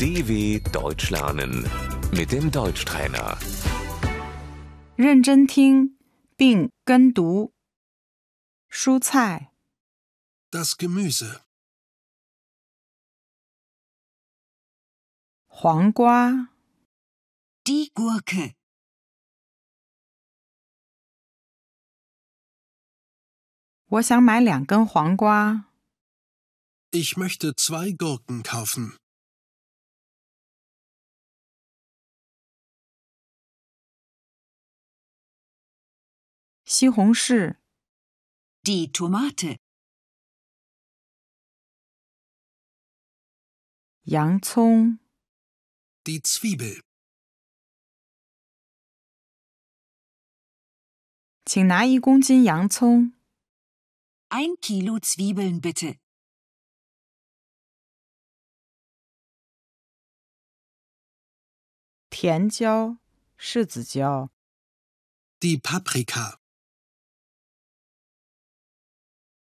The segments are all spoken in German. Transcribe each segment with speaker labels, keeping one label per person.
Speaker 1: DW Deutsch lernen mit dem Deutschtrainer.
Speaker 2: 认真听并跟读。蔬菜、
Speaker 3: Das Gemüse,
Speaker 2: 黄瓜、
Speaker 4: Die Gurke.
Speaker 2: 我想买两根黄瓜、
Speaker 3: ich möchte zwei Gurken kaufen.
Speaker 2: 西红柿、
Speaker 4: Die Tomate.
Speaker 2: 洋葱、
Speaker 3: Die Zwiebel,
Speaker 2: 请拿一公斤洋葱、
Speaker 4: Ein Kilo Zwiebeln bitte.
Speaker 2: 甜椒、柿子椒、
Speaker 3: die Paprika,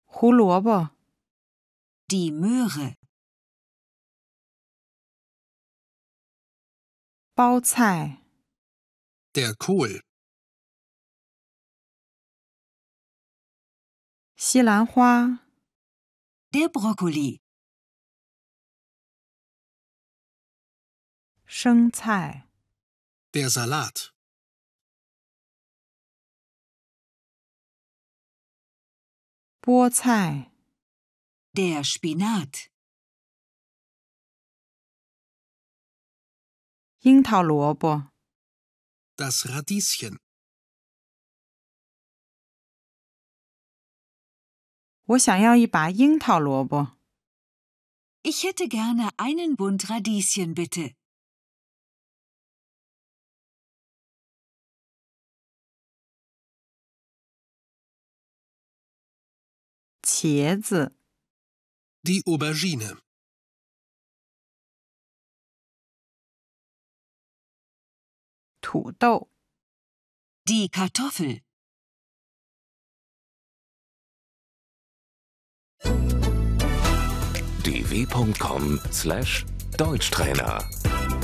Speaker 2: 胡萝卜、
Speaker 4: Die Möhre.
Speaker 2: 包菜、
Speaker 3: der Kohl,
Speaker 2: 西兰花、
Speaker 4: Der Brokkoli.
Speaker 2: 生菜、
Speaker 3: der Salat,
Speaker 2: 菠菜、
Speaker 4: Der Spinat.
Speaker 2: 樱桃萝卜、
Speaker 3: das Radieschen,
Speaker 2: 我想要一把樱桃萝卜。
Speaker 4: Ich hätte gerne einen Bund Radieschen bitte.
Speaker 2: 茄子、
Speaker 3: die Aubergine,
Speaker 2: 土豆、
Speaker 4: Die Kartoffel.
Speaker 1: dw.com/deutschtrainer